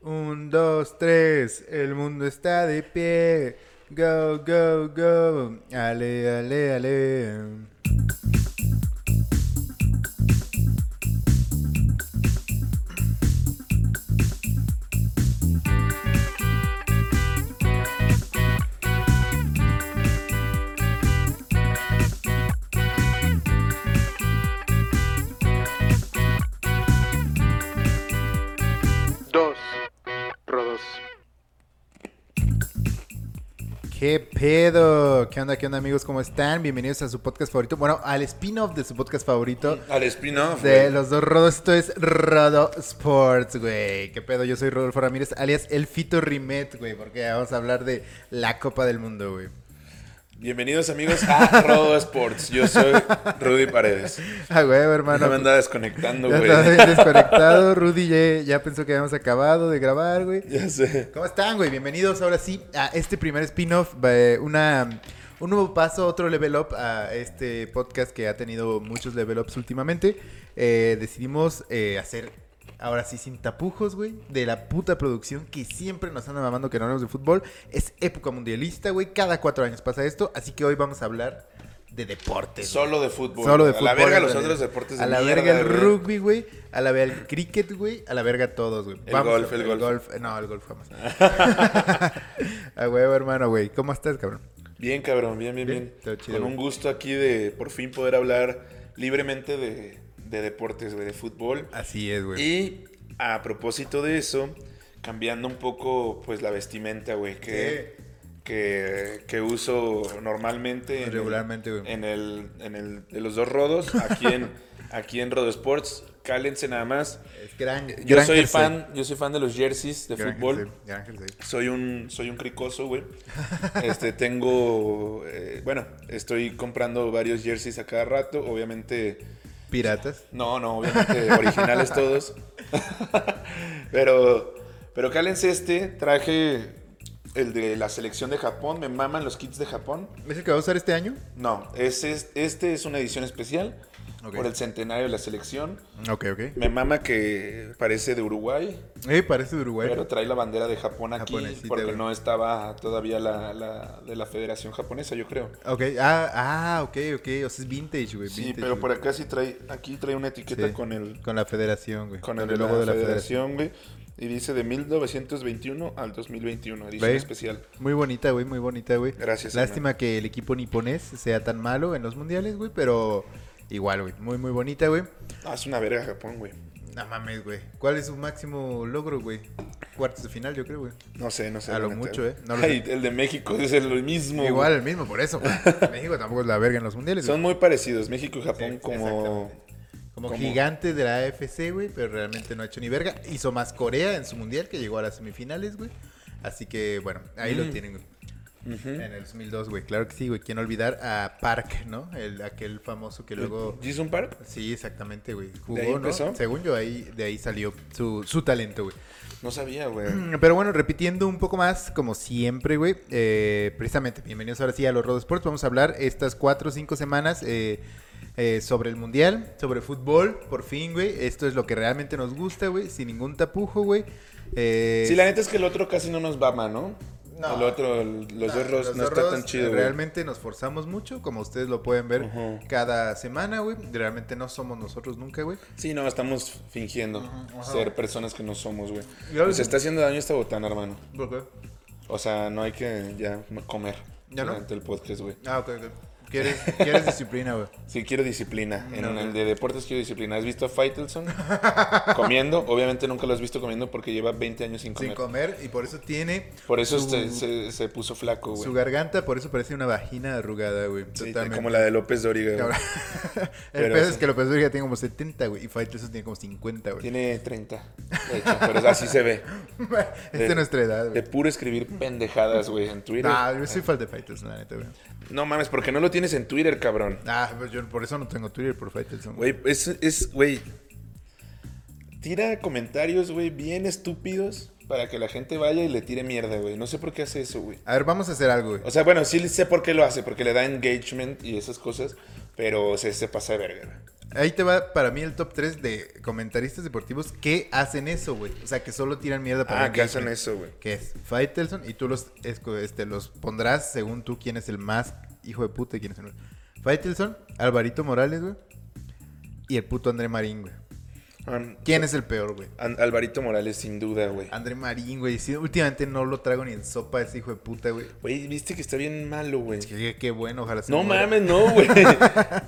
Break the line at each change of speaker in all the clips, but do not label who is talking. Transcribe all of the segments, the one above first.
Un, dos, tres, el mundo está de pie. Go, go, go. Ale, ale, ale.
Dos rodos.
¿Qué pedo? ¿Qué onda, qué onda, amigos? ¿Cómo están? Bienvenidos a su podcast favorito. Bueno, al spin-off de su podcast favorito.
Al spin-off.
De
güey.
los dos rodos, esto es Rodo Sports, güey. ¿Qué pedo? Yo soy Rodolfo Ramírez, alias El Fito Rimet, güey, porque vamos a hablar de la Copa del Mundo, güey.
Bienvenidos amigos a Rodo Sports. Yo soy Rudy Paredes.
Ah, güey, hermano.
No me andaba desconectando,
Ya
güey.
está bien desconectado, Rudy ya, ya pensó que habíamos acabado de grabar, güey.
Ya sé.
¿Cómo están, güey? Bienvenidos ahora sí a este primer spin-off, eh, una, un nuevo paso, otro level up a este podcast que ha tenido muchos level ups últimamente. Eh, decidimos eh, hacer ahora sí sin tapujos, güey, de la puta producción que siempre nos anda mamando que no hablamos de fútbol. Es época mundialista, güey, cada cuatro años pasa esto, así que hoy vamos a hablar de deportes. güey.
Solo de fútbol.
Solo de fútbol.
A la verga los
güey.
otros deportes de
A la
mierda,
verga el
güey.
rugby, güey. A la verga el cricket, güey. A la verga todos, güey.
El
Vamos a-
golf, el golf.
eh, No, el golf jamás. a huevo, hermano, güey. ¿Cómo estás, cabrón?
Bien, cabrón, bien, bien,
Bien,
bien.
todo chido,
Con
güey.
un gusto aquí de por fin poder hablar libremente de, de deportes, güey, de fútbol.
Así es, güey.
Y a propósito de eso, cambiando un poco pues la vestimenta, güey, que, que, que uso normalmente. en el-
Regularmente, güey.
En el, en el de los dos rodos, aquí en, aquí en Rodo Sports. Cálense nada más.
Es gran,
Yo
gran
soy
jersey.
fan, yo soy fan de los jerseys de
Gran
fútbol.
jersey, gran jersey.
Soy un, soy un cricoso, güey. Este, tengo, eh, bueno, estoy comprando varios jerseys a cada rato. Obviamente,
Piratas.
no, no, obviamente originales todos. pero, pero cálense este. Traje el de la selección de Japón. Me maman los kits de Japón.
¿Es el que va a usar este año?
No, es, es- este es una edición especial
Ok.
por el centenario de la selección.
Ok, ok.
Me mama que parece de Uruguay,
Eh, parece de Uruguay.
pero trae la bandera de Japón aquí
Japonesita,
porque
güey.
no estaba todavía la, la- de la Federación Japonesa, yo creo.
Ok, ah, ah, ok, ok. O sea, es vintage, güey.
Sí,
vintage,
pero
güey.
por acá sí trae, aquí trae una etiqueta
Sí,
con el
Con la federación, güey.
con el, logo de la Federación, güey. Y dice de 1921 al 2021, edición
Ve.
especial.
Muy bonita, güey, muy bonita, güey.
Gracias,
Lástima que el equipo niponés sea tan malo en los mundiales, güey, pero igual, güey. Muy, muy bonita, güey.
Ah, es una verga Japón, güey.
No mames, güey. ¿Cuál es su máximo logro, güey? Cuartos de final, yo creo, güey.
No sé, no sé.
A
la
lo
neta,
mucho,
güey.
¿eh? No lo sé.
Ay, el de México es el mismo. güey.
Igual, el mismo, por eso, güey. México tampoco es la verga en los mundiales,
Son
güey.
muy parecidos, México y Japón
Sí,
como...
exactamente. Como
como-
gigante de la AFC, güey, pero realmente no ha hecho ni verga. Hizo más Corea en su mundial, que llegó a las semifinales, güey. Así que, bueno, ahí lo
Mm.
tienen, güey.
Ujú.
En el 2002, güey. Claro que sí, güey. ¿Quién olvidar a Park, no? El, aquel famoso que luego...
Jason Park.
Sí, exactamente, güey.
¿De ahí
Jugó, ¿no?
empezó?
Según yo, ahí, de ahí salió su, su talento, güey.
No sabía, güey.
Pero bueno, repitiendo un poco más, como siempre, güey. eh, precisamente, bienvenidos ahora sí a los Rodo Sports. Vamos a hablar estas cuatro o cinco semanas eh, eh, sobre el Mundial, sobre fútbol, por fin, güey. Esto es lo que realmente nos gusta, güey. Sin ningún tapujo, güey. Eh,
Sí, la neta es que el otro casi no nos va, ¿no?
No.
El otro, el- los dos Ross no
los
está
Rodos,
tan chido,
eh,
güey.
Realmente nos forzamos mucho, como ustedes lo pueden ver
Ujú.
cada semana, güey. Realmente no somos nosotros nunca, güey.
Sí, no, estamos fingiendo
Ujú, ajá.
ser personas que no somos, güey.
Yo-
Nos está haciendo daño esta botana, hermano.
¿Por qué?
O sea, no hay que ya comer
¿Ya no?
durante el podcast, güey.
Ah, ok, ok. ¿Quieres, quieres disciplina, güey?
Sí, quiero disciplina. En
No,
el
no.
de deportes quiero disciplina. ¿Has visto a Faitelson comiendo? Obviamente nunca lo has visto comiendo porque lleva 20 años sin comer.
Sin comer y por eso tiene
Por eso
su,
se, se- se puso flaco,
su
güey.
garganta, por eso parece una vagina arrugada, güey.
Sí,
Totalmente.
como la de López Dóriga, güey.
Cabrón. El
Pero
pedo
sí.
es que López Dóriga tiene como 70, güey, y Faitelson tiene como 50, güey.
Tiene 30, de hecho, pero así se ve.
Esta es nuestra edad,
De
güey.
puro escribir pendejadas, güey, en Twitter.
Ah, yo soy fan de Faitelson, la neta, güey.
No mames, porque no lo tienes en Twitter, cabrón.
Ah, pues yo por eso no tengo Twitter por Faitelson. güey.
Güey, es, es, güey. Tira comentarios, güey, bien estúpidos para que la gente vaya y le tire mierda, güey. No sé por qué hace eso, güey.
A ver, vamos a hacer algo, güey.
O sea, bueno, sí sé por qué lo hace, porque le da engagement y esas cosas, pero se, se pasa de verga, güey.
Ahí te va para mí el top 3 de comentaristas deportivos que hacen eso, güey. O sea, que solo tiran mierda para
Ah, que
engagement.
hacen eso, güey.
Que es Faitelson y tú los, esco- este, los pondrás según tú quién es el más hijo de puta y quién es el menos. Faitelson, Alvarito Morales, güey. Y el puto André Marín, güey.
Am-
¿Quién Ah, es el peor, güey?
An- Alvarito Morales, sin duda, güey.
André Marín, güey. Sí, últimamente no lo trago ni en sopa ese hijo de puta, güey.
Güey, viste que está bien malo, güey.
Es que qué bueno, ojalá se
No
muera.
mames, no, güey.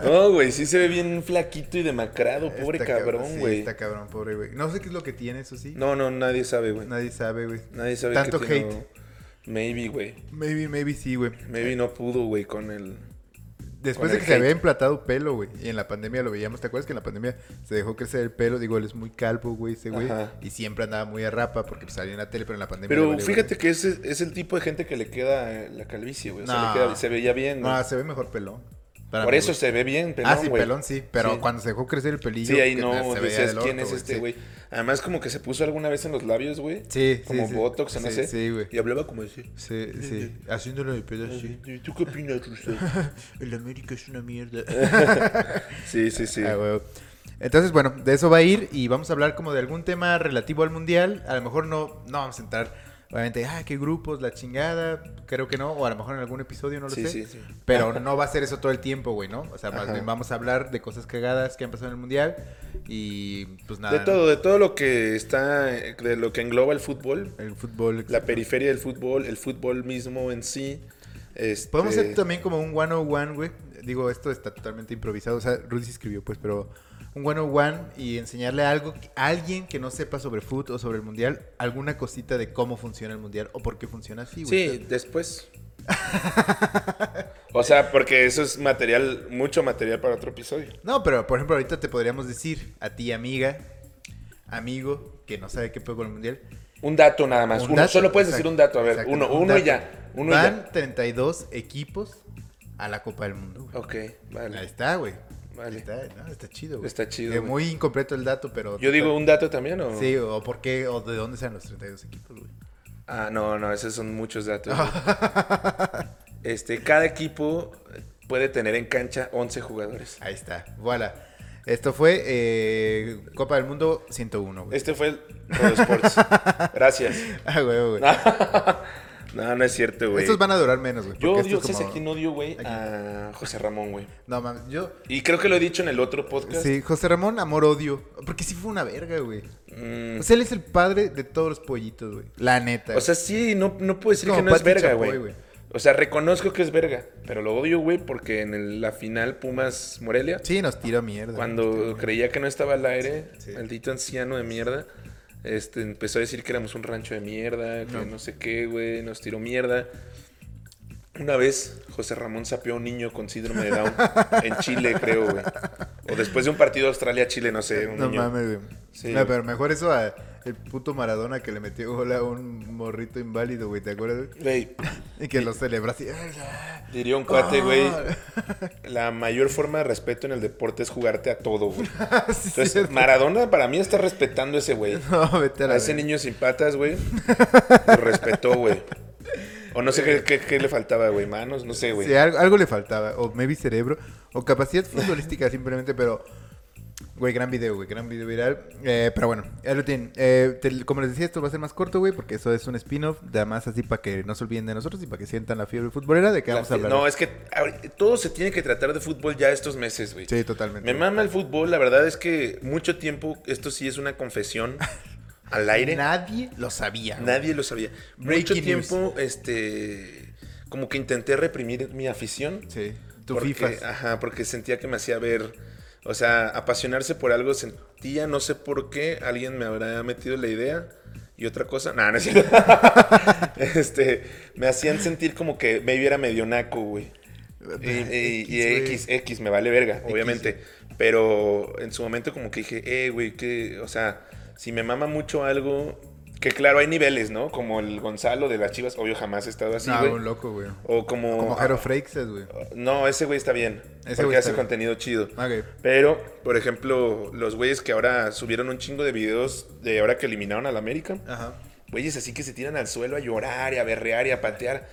No, güey, sí se ve bien flaquito y demacrado, pobre
Está
cabrón,
sí,
güey.
está cabrón, pobre, güey. No sé qué es lo que tiene, eso sí.
No, no, nadie sabe, güey.
Nadie sabe, güey.
Nadie sabe
Tanto
que
hate.
Maybe, güey.
Maybe, maybe sí, güey.
Maybe no pudo, güey, con el...
Después de
Con el
que se había
hate.
emplatado pelo, güey. Y en la pandemia lo veíamos, ¿te acuerdas que en la pandemia se dejó crecer el pelo? Digo, él es muy calvo, güey, ese güey.
Ajá.
Y siempre andaba muy a rapa porque pues, salía en la tele, pero en la pandemia. le
Pero
valió,
fíjate
güey.
que ese es el tipo de gente que le queda eh, la calvicie, güey. O sea,
No.
le queda- se veía bien, güey.
No, se ve mejor pelón. Para
Por
mí,
eso
güey.
se ve bien, pelón,
Ah, sí,
güey.
pelón sí. Pero
Sí.
cuando se dejó crecer el pelillo.
Sí, ahí
que
no,
se veía
dices,
del orto,
¿quién es este
sí.
güey? Además, como que se puso alguna vez en los labios, güey.
Sí, sí,
Como
sí.
Botox, no
Sí,
sé.
sí, güey.
Y hablaba como así.
Sí, sí. Haciéndolo de pedo así.
¿Tú qué opinas, usted?
El América es una mierda.
Sí, sí, sí.
Ah, huevo. Entonces, bueno, de eso va a ir y vamos a hablar como de algún tema relativo al mundial. A lo mejor no, no vamos a entrar, obviamente, ah, qué grupos, la chingada, creo que no, o a lo mejor en algún episodio, no lo
Sí,
sé.
sí, sí.
Pero no va a ser eso todo el tiempo, güey, ¿no? O sea, más
Ajá.
bien vamos a hablar de cosas cagadas que han pasado en el mundial y pues nada.
De
¿no?
todo, de todo lo que está, eh, de lo que engloba el fútbol,
El fútbol.
la periferia del fútbol, el fútbol mismo en sí. Este...
Podemos hacer también como un 101, güey. Digo, esto está totalmente improvisado. O sea, Rudy escribió, pues, pero un 101 y enseñarle algo a alguien que no sepa sobre foot o sobre el mundial, alguna cosita de cómo funciona el mundial o por qué funciona así, güey.
Sí, después. o sea, porque eso es material, mucho material para otro episodio.
No, pero por ejemplo, ahorita te podríamos decir a ti, amiga, amigo, que no sabe qué fue con el mundial.
Un dato nada más.
Un
uno,
dato,
solo puedes
exacto,
decir un dato. A ver,
exacto,
uno,
un
uno y
dato.
ya. Uno y
Van
ya.
32 equipos a la Copa del Mundo, güey.
Ok,
Ahí
vale.
está, güey.
Vale.
Ahí Está, no, está chido, güey.
Está chido,
Eh,
güey.
Muy incompleto el dato, pero.
Yo digo un dato también, ¿o?
Sí, o por qué, o de dónde sean los 32 equipos, güey.
Ah, no, no, esos son muchos datos. güey. este, cada equipo puede tener en cancha 11 jugadores.
Ahí está, voilà. Esto fue eh, Copa del Mundo 101, güey.
Este fue el Rodo Sports. Gracias.
Ah, güey, güey.
No, no es cierto, güey.
Estos van a durar menos, güey.
Yo
porque esto
odio,
es
¿sabes
como-
a quién odio, güey?
quién?
A José Ramón, güey.
No mames, yo.
Y creo que lo he dicho en el otro podcast.
Sí, José Ramón, amor, odio. Porque sí fue una verga, güey.
Mm,
O sea, él es el padre de todos los pollitos, güey. La neta.
o sea, sí, no, no puedo decir
Como
que no es
Pati
verga,
Chapoy,
güey.
güey.
O sea, reconozco que es verga, pero lo odio, güey, porque en el- la final Pumas-Morelia,
sí, nos tira mierda.
cuando creía que no estaba al aire,
Sí.
maldito anciano de mierda, este, empezó a decir que éramos un rancho de mierda, que
No.
no, sé qué, güey, nos tiró mierda. Una vez José Ramón sapeó a un niño con síndrome de Down en Chile, creo, güey. O después de un partido Australia-Chile, no sé, un
No
niño.
mames, güey.
Sí,
No,
güey.
pero mejor eso a el puto Maradona que le metió gol a un morrito inválido, güey. ¿Te acuerdas, güey?
Güey,
Y que lo celebra así.
Diría un cuate, güey.
Ah.
La mayor forma de respeto en el deporte es jugarte a todo, güey.
Sí,
Entonces,
cierto.
Maradona para mí está respetando a ese güey.
No, vete a la
A ese
verga.
niño sin patas, güey. Lo respetó, güey. O no sé qué, qué- qué le faltaba, güey. Manos, no sé, güey.
Sí, algo, algo le faltaba. O maybe cerebro. O capacidad futbolística simplemente, pero... Güey, gran video, güey, gran video viral. Eh, pero bueno, ya lo tienen. Eh, te- como les decía, esto va a ser más corto, güey, porque eso es un spin-off. Además, así para que no se olviden de nosotros y para que sientan la fiebre futbolera de que vamos a hablar.
No, es que ahorita- todo se tiene que tratar de fútbol ya estos meses, güey.
Sí, totalmente.
Me mama el fútbol, la verdad es que mucho tiempo, esto sí es una confesión al aire.
Nadie lo sabía. güey.
Nadie lo sabía.
Breaking
Mucho
news.
tiempo, este, como que intenté reprimir mi afición.
Sí, tu
porque, ah,
FIFA.
Ajá, porque sentía que me hacía ver, o sea, apasionarse por algo sentía, no sé por qué, alguien me habrá metido la idea y otra cosa, nada, no es cierto. este, me hacían sentir como que me viera medio naco, güey. Y, y- y X, X, me vale verga, obviamente. Pero en su momento como que dije, eh, güey, que, o sea, si me mama mucho algo, que claro, hay niveles, ¿no? Como el Gonzalo de las Chivas, obvio, jamás he estado así,
no,
güey.
Ah, un loco, güey.
o como...
Como Jaro Freixas, güey.
No, ese güey está bien.
Ese
porque
güey está
hace
bien. Ah.
contenido chido.
Ok.
Pero, por ejemplo, los güeyes que ahora subieron un chingo de videos de ahora que
Ah.
eliminaron al América.
Ajá.
Güeyes así que se tiran al suelo a llorar y a berrear y a patear.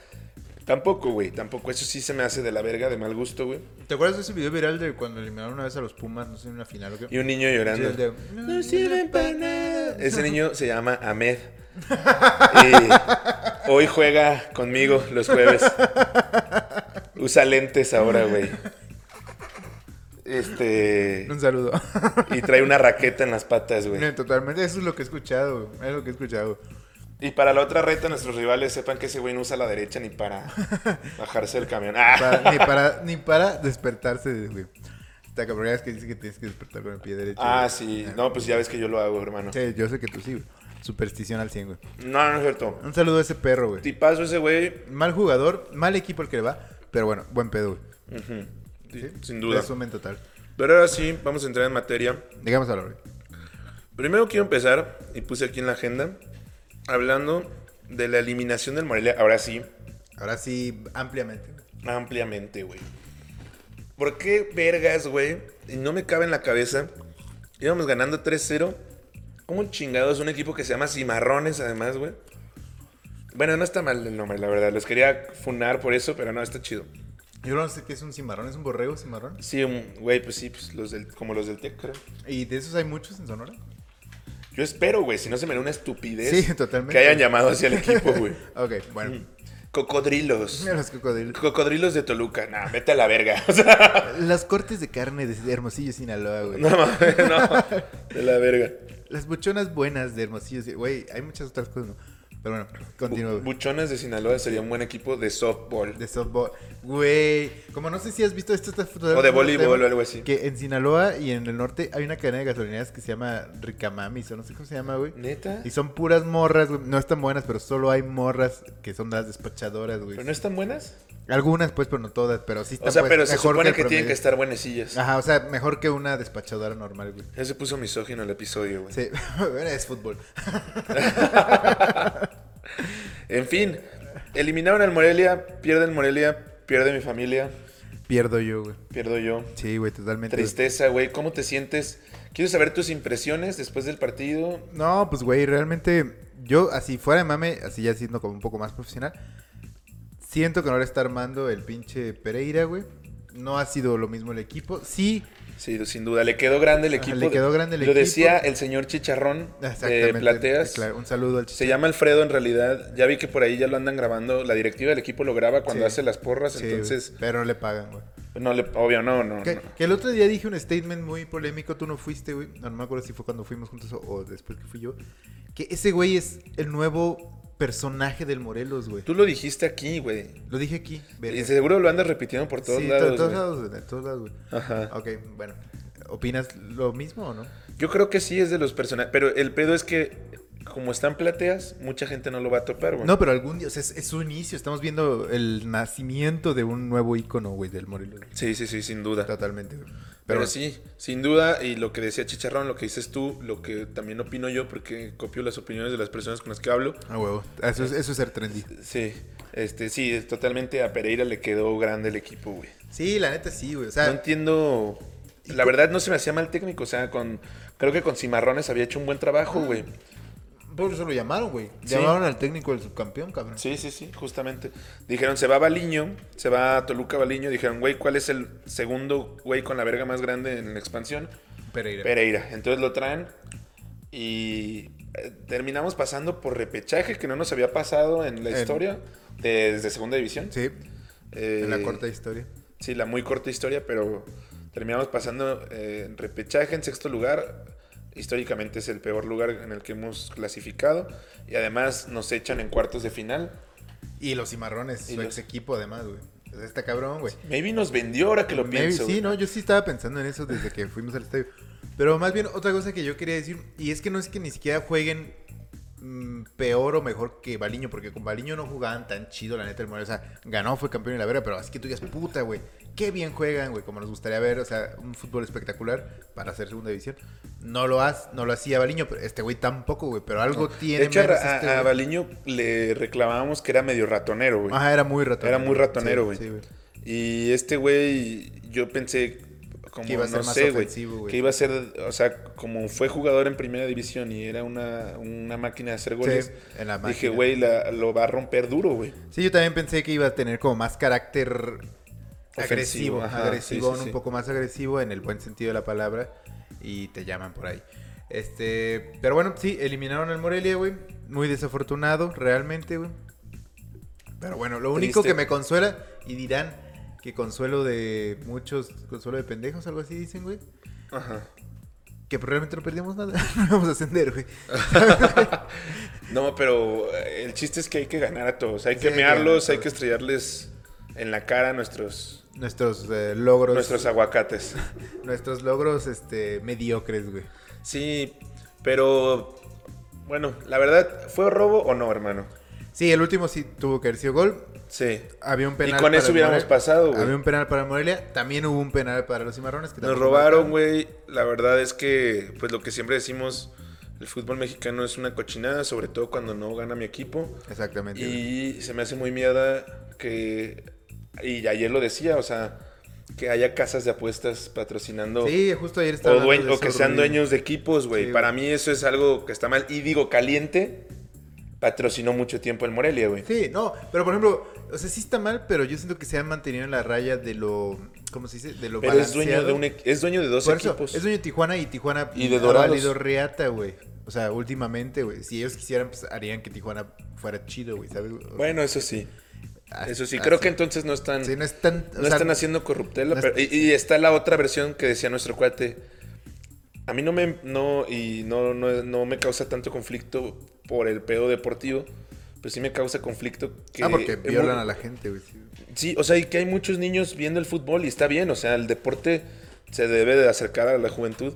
Tampoco, güey, tampoco. Eso sí se me hace de la verga, de mal gusto, güey.
¿Te acuerdas de ese video viral de cuando eliminaron una vez a los Pumas, no sé, en una final o qué?
Y un niño llorando.
Sí, el de, "No, no sirven para nada".
Ese niño se llama Ahmed. Y hoy juega conmigo los jueves. Usa lentes ahora, güey. Este.
Un saludo.
Y trae una raqueta en las patas, güey.
No, totalmente, eso es lo que he escuchado, güey, es lo que he escuchado.
Y para la otra reta, nuestros rivales sepan que ese güey no usa la derecha ni para bajarse del camión. Ah.
Para- ni, para, ni para despertarse, güey. Te acabas que dice que tienes que despertar con el pie derecho.
Ah,
güey.
sí. No, pues ya ves que yo lo hago, hermano.
Sí, yo sé que tú sí, güey. Superstición al 100, güey.
No, no es cierto.
Un saludo a ese perro, güey.
Tipazo ese güey.
Mal jugador, mal equipo el que le va, pero bueno, buen pedo, güey.
Ujú.
¿Sí?
Sin duda.
Resumen total.
Pero ahora sí, vamos a entrar en materia.
Digamos a güey.
Primero quiero empezar, y puse aquí en la agenda, hablando de la eliminación del Morelia. Ahora sí,
Ahora sí, ampliamente. güey.
ampliamente, güey. ¿Por qué vergas, güey? Y no me cabe en la cabeza. Íbamos ganando 3-0. ¿Cómo chingados un equipo que se llama Cimarrones, además, güey? Bueno, no está mal el nombre, la verdad. Los quería funar por eso, pero no, está chido.
Yo no sé qué es un cimarrón, es un borrego cimarrón.
Sí, un- güey, pues sí, pues los del, como los del Tec, creo.
¿Y de esos hay muchos en Sonora?
Yo espero, güey, si no se me da una estupidez
Sí, totalmente.
que hayan llamado hacia el equipo, güey.
Ok, bueno.
Cocodrilos.
Mira los cocodrilos.
Cocodrilos de Toluca. Nah, vete a la verga. O sea,
Las cortes de carne de Hermosillo, Sinaloa, güey.
no, mames, no. De la verga.
Las buchonas buenas de Hermosillo, sí, güey. Hay muchas otras cosas, ¿no? Pero bueno, continúa,
Bu-
güey.
Buchones de Sinaloa sería un buen equipo de softball.
De softball. Güey. Como no sé si has visto esto, esta foto.
O de voleibol o algo así.
Que en Sinaloa y en el norte hay una cadena de gasolineras que se llama Ricamamis, o no sé cómo se llama, güey.
¿Neta?
Y son puras morras, güey. No están buenas, pero solo hay morras que son las despachadoras, güey.
¿Pero no están buenas?
Algunas, pues, pero no todas. Pero sí están
O sea,
pues,
pero se
mejor
supone
el
que tienen
promedio. Ah.
que estar buenecillas.
Ajá, o sea, mejor que una despachadora normal, güey.
Ya se puso misógino el episodio, güey.
Sí, bueno, es fútbol.
En fin, eliminaron al Morelia, pierden Morelia, pierde mi familia,
Pierdo yo, güey.
pierdo yo.
Sí, güey, totalmente. güey.
Tristeza, güey. ¿Cómo te sientes? Quiero saber tus impresiones después del partido.
No, pues, güey, realmente yo, así fuera de mame, así ya siendo como un poco más profesional, siento que no le está armando el pinche Pereira, güey. No ha sido lo mismo el equipo. Sí,
Sí, sin duda. Le quedó grande el
Ajá,
equipo.
le quedó grande el
Lo
equipo.
decía el señor Chicharrón de
exactamente.
Plateas.
claro, un saludo al chico.
Se llama Alfredo en realidad. Ya vi que por ahí ya lo andan grabando. La directiva del equipo lo graba cuando
Sí.
hace las porras.
Sí,
entonces,
güey, pero no le pagan, güey.
no le, obvio, no, no.
Que,
no.
que el otro día dije un statement muy polémico, tú no fuiste, güey. No, no me acuerdo si fue cuando fuimos juntos o, o después que fui yo. Que ese güey es el nuevo personaje del Morelos, güey.
Tú lo dijiste aquí, güey.
Lo dije aquí. verga.
Y seguro lo andas repitiendo por todos
sí, to-
lados.
todos
güey.
lados, güey, Ah. todos lados, güey.
Ajá.
Ok, bueno. ¿Opinas lo mismo o no?
Yo creo que sí es de los personajes. Pero el pedo es que, como están plateas, mucha gente no lo va a topar, güey.
No, pero algún día, o sea, es, es su inicio. Estamos viendo el nacimiento de un nuevo ícono, güey, del Morelos. güey.
Sí, sí, sí, sin duda.
Totalmente, güey.
Pero,
bueno.
sí, sin duda, y lo que decía Chicharrón, lo que dices tú, lo que también opino yo, porque copio las opiniones de las personas con las que hablo.
Ah, huevo. Eso es, eso es ser trendy.
Sí, este, sí, es totalmente a Pereira le quedó grande el equipo, güey.
Sí, la neta sí, güey. O
No
sea,
entiendo. La verdad no se me hacía mal técnico, o sea, con creo que con Cimarrones había hecho un buen trabajo, güey.
por eso lo llamaron, güey.
Sí.
Llamaron al técnico del subcampeón, cabrón.
Sí, sí, sí, justamente. Dijeron, se va Baliño, se va Toluca Baliño. Dijeron, güey, ¿cuál es el segundo güey con la verga más grande en la expansión?
Pereira.
Pereira. Entonces lo traen y eh, terminamos pasando por repechaje que no nos había pasado en la
En-
historia de- desde segunda división.
Sí,
Eh,
en la corta historia.
Sí, la muy corta historia, pero terminamos pasando eh, en repechaje en sexto lugar. Históricamente es el peor lugar en el que hemos clasificado y además nos echan en cuartos de final.
Y los cimarrones,
Y
su ex
los-
equipo además, güey. O sea, Está cabrón, güey.
Maybe nos vendió ahora que lo
Maybe-
pienso.
sí,
güey.
no, yo sí estaba pensando en eso desde que fuimos al estadio. Pero más bien otra cosa que yo quería decir, y es que no es que ni siquiera jueguen mm, peor o mejor que Baliño, porque con Baliño no jugaban tan chido, la neta, el Morelia. O sea, ganó, fue campeón en la verga, pero así que tú digas, puta, güey, qué bien juegan, güey, como nos gustaría ver, o sea, un fútbol espectacular para hacer segunda división. No lo, has, no lo hacía Baliño, pero este güey tampoco, güey, pero algo tiene
De hecho, a,
menos
a-
este
a
güey.
Baliño le reclamábamos que era medio ratonero, güey.
Ajá, era muy ratonero.
Era muy ratonero,
Sí,
güey.
sí, güey.
Y este güey, yo pensé, como
Que iba a ser
no
más
sé, güey,
ofensivo, güey.
que iba a ser, o sea, como fue jugador en primera división y era una, una máquina de hacer goles,
en la
dije,
máquina.
güey, la- lo va a romper duro, güey.
Sí, yo también pensé que iba a tener como más carácter agresivo,
Ofensivo, ajá,
agresivo,
sí, sí,
un
sí.
poco más agresivo en el buen sentido de la palabra y te llaman por ahí. Este, pero bueno, sí, eliminaron al Morelia, güey. Muy desafortunado, realmente, güey. Pero bueno, lo único
Triste.
que me consuela y dirán que consuelo de muchos, consuelo de pendejos, algo así dicen, güey.
Ajá.
Que probablemente no perdimos nada, no vamos a ascender, güey.
No, pero eh, el chiste es que hay que ganar a todos, hay
Sí,
que
hay que
mearlos,
ganar a
hay que
todos.
estrellarles en la cara nuestros,
Nuestros eh, logros,
nuestros aguacates.
nuestros logros, este, mediocres, güey.
Sí, pero bueno, la verdad, ¿fue robo o no, hermano?
Sí, el último sí tuvo que haber sido gol.
Sí.
Había un penal.
Y con eso
el
hubiéramos
Morelia.
pasado, güey.
Había un penal para Morelia. También hubo un penal para los cimarrones. Que
Nos
tampoco marcaron.
robaron, güey. La verdad es que, pues lo que siempre decimos, el fútbol mexicano es una cochinada, sobre todo cuando no gana mi equipo.
Exactamente. güey.
Y se me hace muy mierda que, y ayer lo decía, o sea, que haya casas de apuestas patrocinando
Sí, justo ayer
o,
estaba.
due-
hablando de
o que
eso,
sean
Rubí.
dueños de equipos, güey.
Sí,
Para mí eso es algo que está mal. Y digo, Caliente patrocinó mucho tiempo el Morelia, güey.
Sí, no, pero por ejemplo, o sea, sí está mal, pero yo siento que se han mantenido en la raya de lo. ¿Cómo se dice? De lo
Pero es dueño de,
balanceado.
un, equ- es dueño de dos
Por eso,
equipos.
es dueño de Tijuana y Tijuana
Y de
ha
Dorados.
valido reata, güey. O sea, últimamente, güey. Si ellos quisieran, pues harían que Tijuana fuera chido, güey, ¿sabes?
Bueno, eso sí.
Ah,
Eso sí.
ah,
Creo que entonces no están...
Sí, no están, o
No
sea,
están haciendo corruptela.
no
pero- y, y está la otra versión que decía nuestro cuate. A mí no me, no, y no, no, no me causa tanto conflicto por el pedo deportivo. Pero sí me causa conflicto que...
Ah, porque
eh, mu-
violan a la gente, güey. sí.
Sí, o sea, y que hay muchos niños viendo el fútbol y está bien. O sea, el deporte se debe de acercar a la juventud.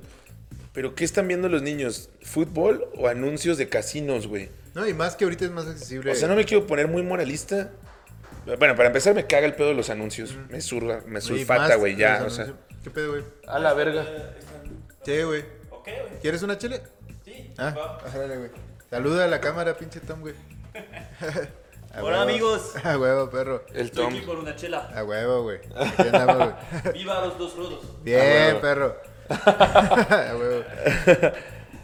Pero ¿qué están viendo los niños? ¿Fútbol o anuncios de casinos, güey?
No, y más que ahorita es más accesible.
O sea, no me quiero poner muy moralista. Bueno, para empezar me caga el pedo de los anuncios. Me surra, me
Y
sulfata,
más
güey,
los
ya, o
anuncios.
sea.
¿Qué pedo, güey?
A la verga.
Che, güey.
Ok, güey.
¿Quieres una chile?
Sí.
Ah, órale, güey. Saluda a la cámara, pinche Tom, güey. A
Hola,
huevo.
amigos.
A huevo, perro.
El
Estoy
Tom.
aquí por una chela.
A huevo, güey. Aquí andamos, güey.
Viva los dos rudos.
Bien,
A huevo.
perro. A huevo.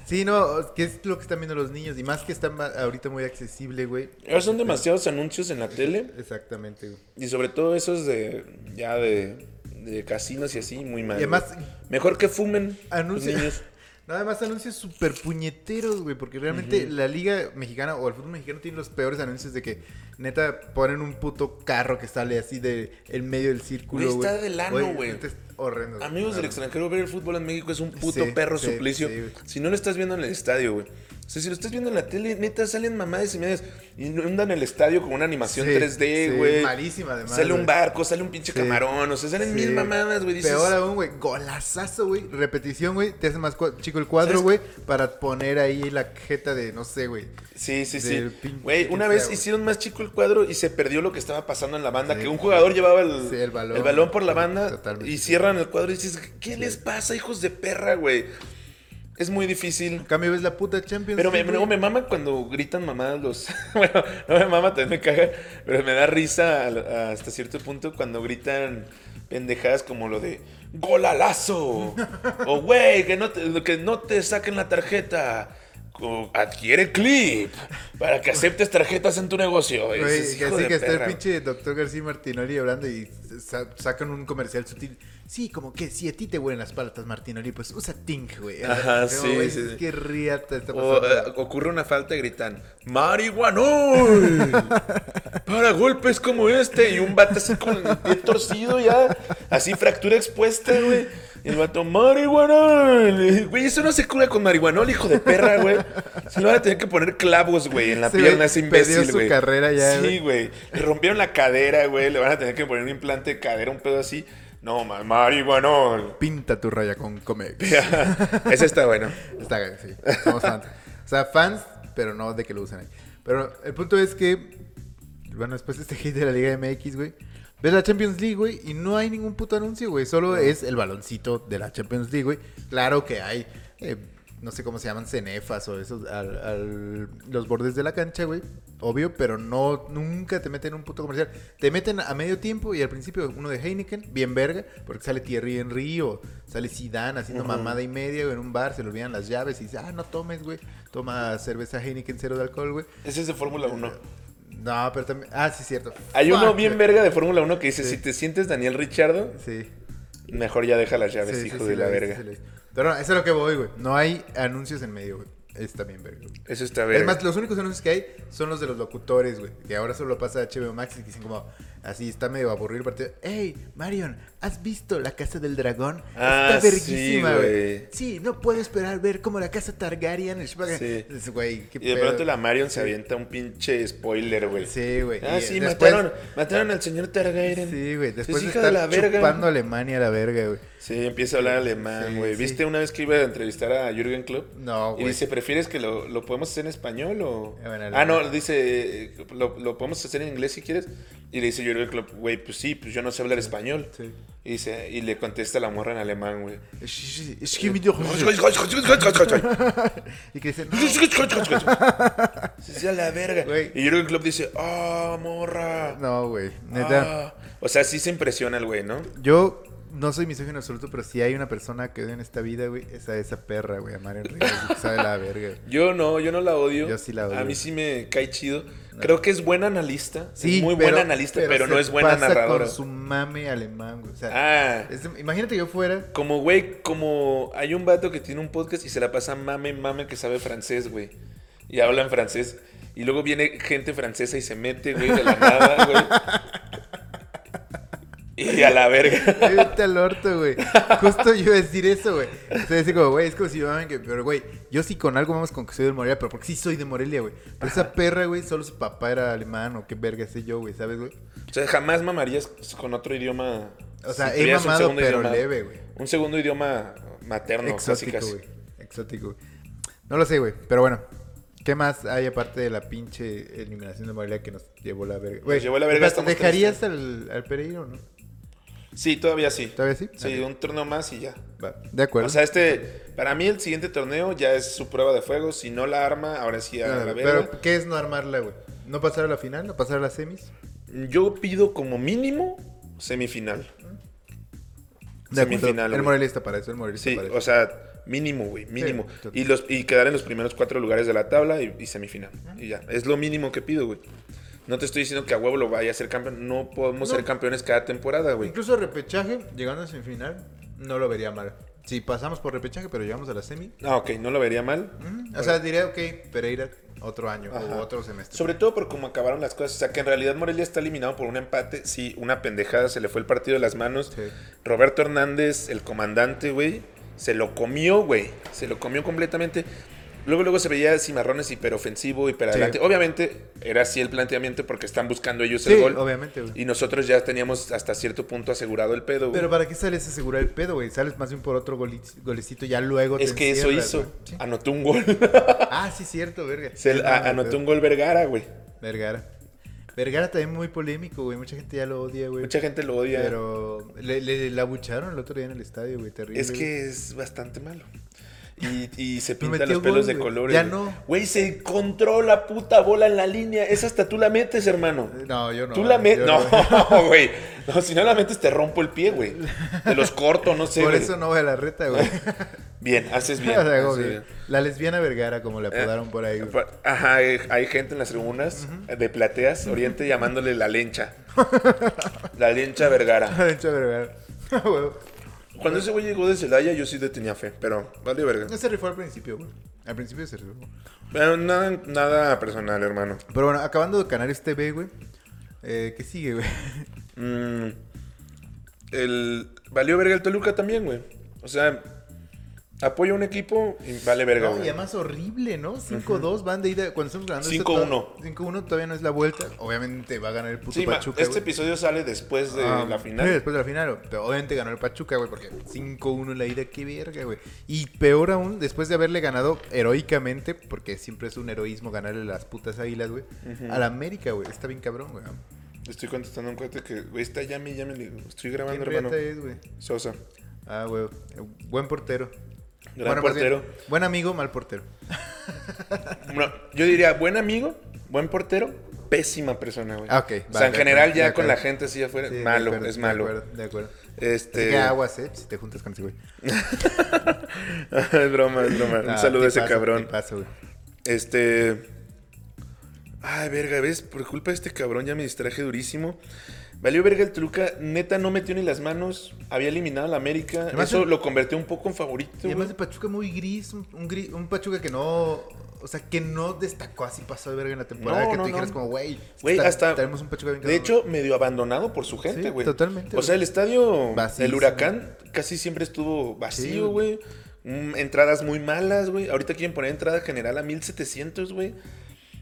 Sí, no, ¿qué es lo que están viendo los niños? Y más que está ma- ahorita muy accesible, güey.
Ahora son demasiados anuncios en la tele.
Exactamente, güey.
Y sobre todo esos de. ya de. de casinos y así, muy mal.
Y además-
güey. Mejor que fumen
Anuncios.
los niños.
Nada más anuncios súper puñeteros, güey, porque realmente la liga mexicana o el fútbol mexicano tiene los peores anuncios de que neta ponen un puto carro que sale así de en medio del círculo,
Güey,
güey.
está de lano, güey.
neta Es horrendo.
Amigos del extranjero, ver el fútbol en México es un puto
Sí,
perro
sí,
suplicio.
sí, güey.
si no lo estás viendo en el estadio, güey. O sea, si lo estás viendo en la tele, neta, salen mamadas y medias. Inundan el estadio con una animación
Sí,
3D,
sí,
güey.
malísima, además,
Sale
güey.
un barco, sale un pinche
Sí.
camarón. O sea, salen
Sí.
mil mamadas, güey. Dices,
Peor aún, güey, golazazo, güey, repetición, güey, te hace más cua- chico el cuadro,
¿Sabes?
güey, para poner ahí la jeta de, no sé, güey.
Sí, sí, sí.
Del pinche
Güey,
que
una
sea,
vez
güey.
hicieron más chico el cuadro y se perdió lo que estaba pasando en la banda.
Sí.
Que un jugador llevaba el,
Sí, el balón.
por la banda
Totalmente.
y cierran el cuadro y dices, ¿qué les pasa, hijos de perra, güey? Es muy difícil.
En cambio ves la puta Champions
Pero me,
League,
luego
güey.
me mama cuando gritan mamadas los... bueno, no me mama, también me caga, pero me da risa al- hasta cierto punto cuando gritan pendejadas como lo de golalazo o güey, que, no te- que no te saquen la tarjeta. o, Adquiere clip para que aceptes tarjetas en tu negocio. Y
Güey,
dices,
que
"Hijo
sí,
de
que está el
perra".
pinche doctor García Martinoli hablando y sa- sacan un comercial sutil. Sí, como que si a ti te huelen las palatas, Martinoli, pues usa Tink, güey.
Ajá,
No,
sí,
güey,
sí,
es
sí.
que riata está
O,
pasando.
eh, ocurre una falta y gritan ¡Marihuanol! Para golpes como este y un vato así con el pie torcido ya, así fractura expuesta, güey. Y el vato, ¡Marihuanol! Y, Güey, eso no se cura con marihuanol, hijo de perra, güey. Se lo van a tener que poner clavos, güey, en la
Sí,
pierna
güey,
a ese imbécil,
perdió su
güey.
carrera ya,
Sí, güey. Le rompieron la cadera, güey. Le van a tener que poner un implante de cadera, un pedo así. No, ma- marihuanol.
Pinta tu raya con Comex.
Ese está bueno.
Está bien, sí. Somos fans. O sea, fans, pero no de que lo usen ahí. Pero el punto es que, bueno, después de este hit de la Liga MX, güey, ves la Champions League, güey, y no hay ningún puto anuncio, güey. Solo es el baloncito de la Champions League, güey. Claro que hay eh, no sé cómo se llaman, cenefas o esos, al, al- los bordes de la cancha, güey. Obvio, pero no, nunca te meten en un puto comercial. Te meten a medio tiempo y al principio uno de Heineken, bien verga, porque sale Thierry Henry o sale Zidane haciendo mamada y media güey, en un bar, se le olvidan las llaves y dice, ah, no tomes, güey. Toma cerveza Heineken cero de alcohol, güey.
Ese es de Fórmula 1.
No, pero también... Ah, sí, cierto.
Hay uno
Fuck,
bien
güey.
verga de Fórmula 1 que dice,
Sí.
si te sientes Daniel Richardo,
Sí.
mejor ya deja las llaves,
Sí, sí,
hijo
sí,
de la
vi, sí,
verga.
sí, la vi. Pero no, eso es lo que voy, güey. No hay anuncios en medio, güey. Está bien, verga. güey.
Eso está verga.
Es más, los únicos anuncios que hay son los de los locutores, güey. Que ahora solo pasa a HBO Max y dicen como, así está medio aburrido el partido. Hey, Marion, ¿has visto La Casa del Dragón?
Ah,
está verguísima,
sí,
güey.
güey.
Sí, no puedo esperar ver cómo la Casa Targaryen... el-
Sí.
Es, Güey, qué
y de
pedo.
pronto la Marion se avienta un pinche spoiler, güey.
Sí, güey.
Ah,
Y,
sí,
eh, después-
mataron, mataron al señor Targaryen.
Sí, güey. Después
Sí,
de
hija
estar
de la verga.
chupando a Alemania a la verga, güey.
Sí, empieza a hablar alemán,
Sí,
güey.
sí.
¿Viste una vez que iba a entrevistar a Jürgen Klopp?
No,
Y
Oh, güey.
dice, ¿prefieres que lo, lo podemos hacer en español o...?
Ah, bueno,
ah,
lo-
no, dice, eh, lo, lo podemos hacer en inglés si quieres. Y le dice Jürgen Klopp, güey, pues sí, pues yo no sé hablar español.
Sí.
Y, dice, y le contesta la morra en alemán, güey.
Es que me dio- Y que dicen, "No,
Sí, a la verga.
Güey.
Y Jürgen Klopp dice, ah, morra.
No, güey. Neta.
Ah. O sea, sí se impresiona el güey, ¿no?
Yo no soy misógino absoluto, pero si hay una persona que odio en esta vida, güey, es a esa perra, güey, a Mario Enriquez, que sabe la verga. güey.
Yo no, yo no la odio.
Yo sí la odio.
A mí sí me cae chido. Creo que es buena analista.
Sí,
es muy
pero-
buena analista, pero, no
se
es buena
pasa
narradora.
Con su mame alemán, güey. O sea,
Ah,
es- imagínate que yo fuera.
como güey, como hay un vato que tiene un podcast y se la pasa mame, mame que sabe francés, güey. Y habla en francés. Y luego viene gente francesa y se mete, güey, de la nada, güey. Y a la verga.
Vete al orto, güey. Justo yo iba a decir eso, güey. O sea, decir como, güey, es como si yo mamen que. Pero, güey, yo sí con algo vamos con que soy de Morelia, pero porque sí soy de Morelia, güey. Pero esa perra, güey, solo su papá era alemán o qué verga sé yo, güey, ¿sabes, güey?
O sea, jamás mamarías con otro idioma.
O sea,
si
he
tuvieras un
mamado,
segundo
pero
idioma-
leve, güey.
Un segundo idioma materno, casi,
Exótico,
casi.
güey. Exótico, güey. No lo sé, güey. Pero bueno. ¿Qué más hay aparte de la pinche eliminación de Morelia que nos llevó la verga? Güey,
llevó la verga,
¿vas-
estamos
¿Dejarías al, al Pereira o no?
Sí, todavía sí.
¿Todavía sí?
Sí,
Ok.
un torneo más y ya.
Va, De acuerdo.
O sea, este, para mí el siguiente torneo ya es su prueba de fuego. Si no la arma, ahora sí a
No,
la verga.
pero, ¿qué es no armarla, güey? ¿No pasar a la final? ¿No pasar a las semis?
Yo pido como mínimo semifinal.
De acuerdo.
Semifinal,
El
güey.
Morelia está para eso, el Morelia está
Sí,
para eso.
o sea, mínimo, güey, mínimo.
Sí, total.
y, los, y quedar en los primeros cuatro lugares de la tabla y, y semifinal. Y ya, es lo mínimo que pido, güey. No te estoy diciendo que a huevo lo vaya a ser campeón. No podemos
No.
ser campeones cada temporada, güey.
Incluso repechaje, llegando a semifinal, no lo vería mal. Si pasamos por repechaje, pero llegamos a la semi. mm,
Ah, ok, no lo vería mal.
O sea, diría, ok, Pereira, otro año
Ajá.
o otro semestre.
Sobre todo por cómo acabaron las cosas. O sea, que en realidad Morelia está eliminado por un empate. Sí, una pendejada, se le fue el partido de las manos.
Sí.
Roberto Hernández, el comandante, güey, se lo comió, güey. Se lo comió completamente. Luego, luego se veía cimarrones hiperofensivo, hiperadelante.
Sí.
Obviamente, era así el planteamiento porque están buscando ellos
Sí,
el gol.
obviamente, güey.
Y nosotros ya teníamos hasta cierto punto asegurado el pedo, güey.
Pero ¿para qué sales a asegurar el pedo, güey? Sales más bien por otro golic- golecito, ya luego
Es
te
que eso
encierras,
hizo.
güey. Sí.
Anotó un gol.
Ah, sí, cierto, verga.
Se-
Sí,
a-
no, no,
anotó
pero-
un gol Vergara, güey.
Vergara. Vergara también muy polémico, güey. Mucha gente ya lo odia, güey.
Mucha gente lo odia.
Pero le, le, le abucharon el otro día en el estadio, güey. Terrible.
Es
güey.
que es bastante malo. Y, y se pinta
metió
los pelos
gol,
de
güey.
colores.
Ya
güey.
no.
Güey, se encontró la puta bola en la línea. Esa hasta tú la metes, hermano.
No, yo no.
tú la
yo
metes.
no.
No, güey. No, si no la metes, te rompo el pie, güey. Te los corto, no sé.
Por
güey.
eso no voy a la reta, güey.
Bien, haces bien.
O sea, como
haces
que
bien.
La lesbiana Vergara, como le
Eh,
apodaron por ahí, güey.
pa- Ajá, hay, hay gente en las tribunas de plateas oriente llamándole la lencha. la lencha Vergara.
De hecho, Vergara. Ah, Güey.
Cuando ese güey llegó de Celaya, yo sí le tenía fe, pero vale verga.
No se rifó al principio, güey. Al principio se rifó.
Pero nada, nada personal, hermano.
Pero bueno, acabando de Canarias TV, güey. Eh, ¿Qué sigue, güey?
Mm, el, valió verga el Toluca también, güey. O sea, apoya un equipo y vale verga,
No, y
güey.
además horrible, ¿no? 5-2 van de ida. Cuando estamos grabando esto,
5-1.
to- 5-1 todavía no es la vuelta. Obviamente va a ganar el puto
Sí, ma,
Pachuca.
este
güey.
episodio sale después de
Ah,
la
sí,
final.
después de la final. pero obviamente ganó el Pachuca, güey, porque 5-1 en la ida, qué verga, güey. Y peor aún, después de haberle ganado heroicamente, porque siempre es un heroísmo ganarle las putas águilas, güey, a la América, güey. Está bien cabrón, güey.
Estoy contestando a un cuate que, güey, está llame, y llame. le digo, Estoy grabando,
¿Quién
hermano.
reta es, güey?
Sosa.
Ah, güey. Buen portero.
Gran
Bueno, más bien,
portero.
buen amigo, mal portero.
No, yo diría buen amigo, buen portero, pésima persona, güey.
Ah, ok,
o sea,
vale,
en
de
general
acuerdo,
ya
de
con la
acuerdo.
gente así afuera,
Sí, de
malo,
acuerdo,
es malo.
De acuerdo, de acuerdo. Así
Este,
que aguas, ¿eh? Si te juntas con ese güey.
es broma, es broma. Un
Ah,
saludo a ese
tipazo,
cabrón.
tipazo, güey.
Este. Ay, verga, ¿ves? Por culpa de este cabrón ya me distraje durísimo. Valió verga el Toluca, neta no metió ni las manos, había eliminado a la América,
Además,
eso
el-
lo convirtió un poco en favorito.
Y además
güey.
de Pachuca muy gris, un, un gris, un Pachuca que no, o sea, que no destacó así pasó de verga en la temporada,
No,
que
no,
tú dijeras
no.
como, güey,
Güey,
está-
hasta-
tenemos un Pachuca bien
De
cabrón".
hecho, medio abandonado por su gente,
Sí,
güey.
totalmente,
O sea, el estadio
Vacío,
el
sí.
Huracán casi siempre estuvo vacío,
Sí,
güey. Mm, Entradas muy malas, güey. Ahorita quieren poner entrada general a 1700, güey.